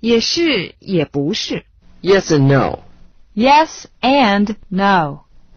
也是也不是。 Yes and no. Yes and no.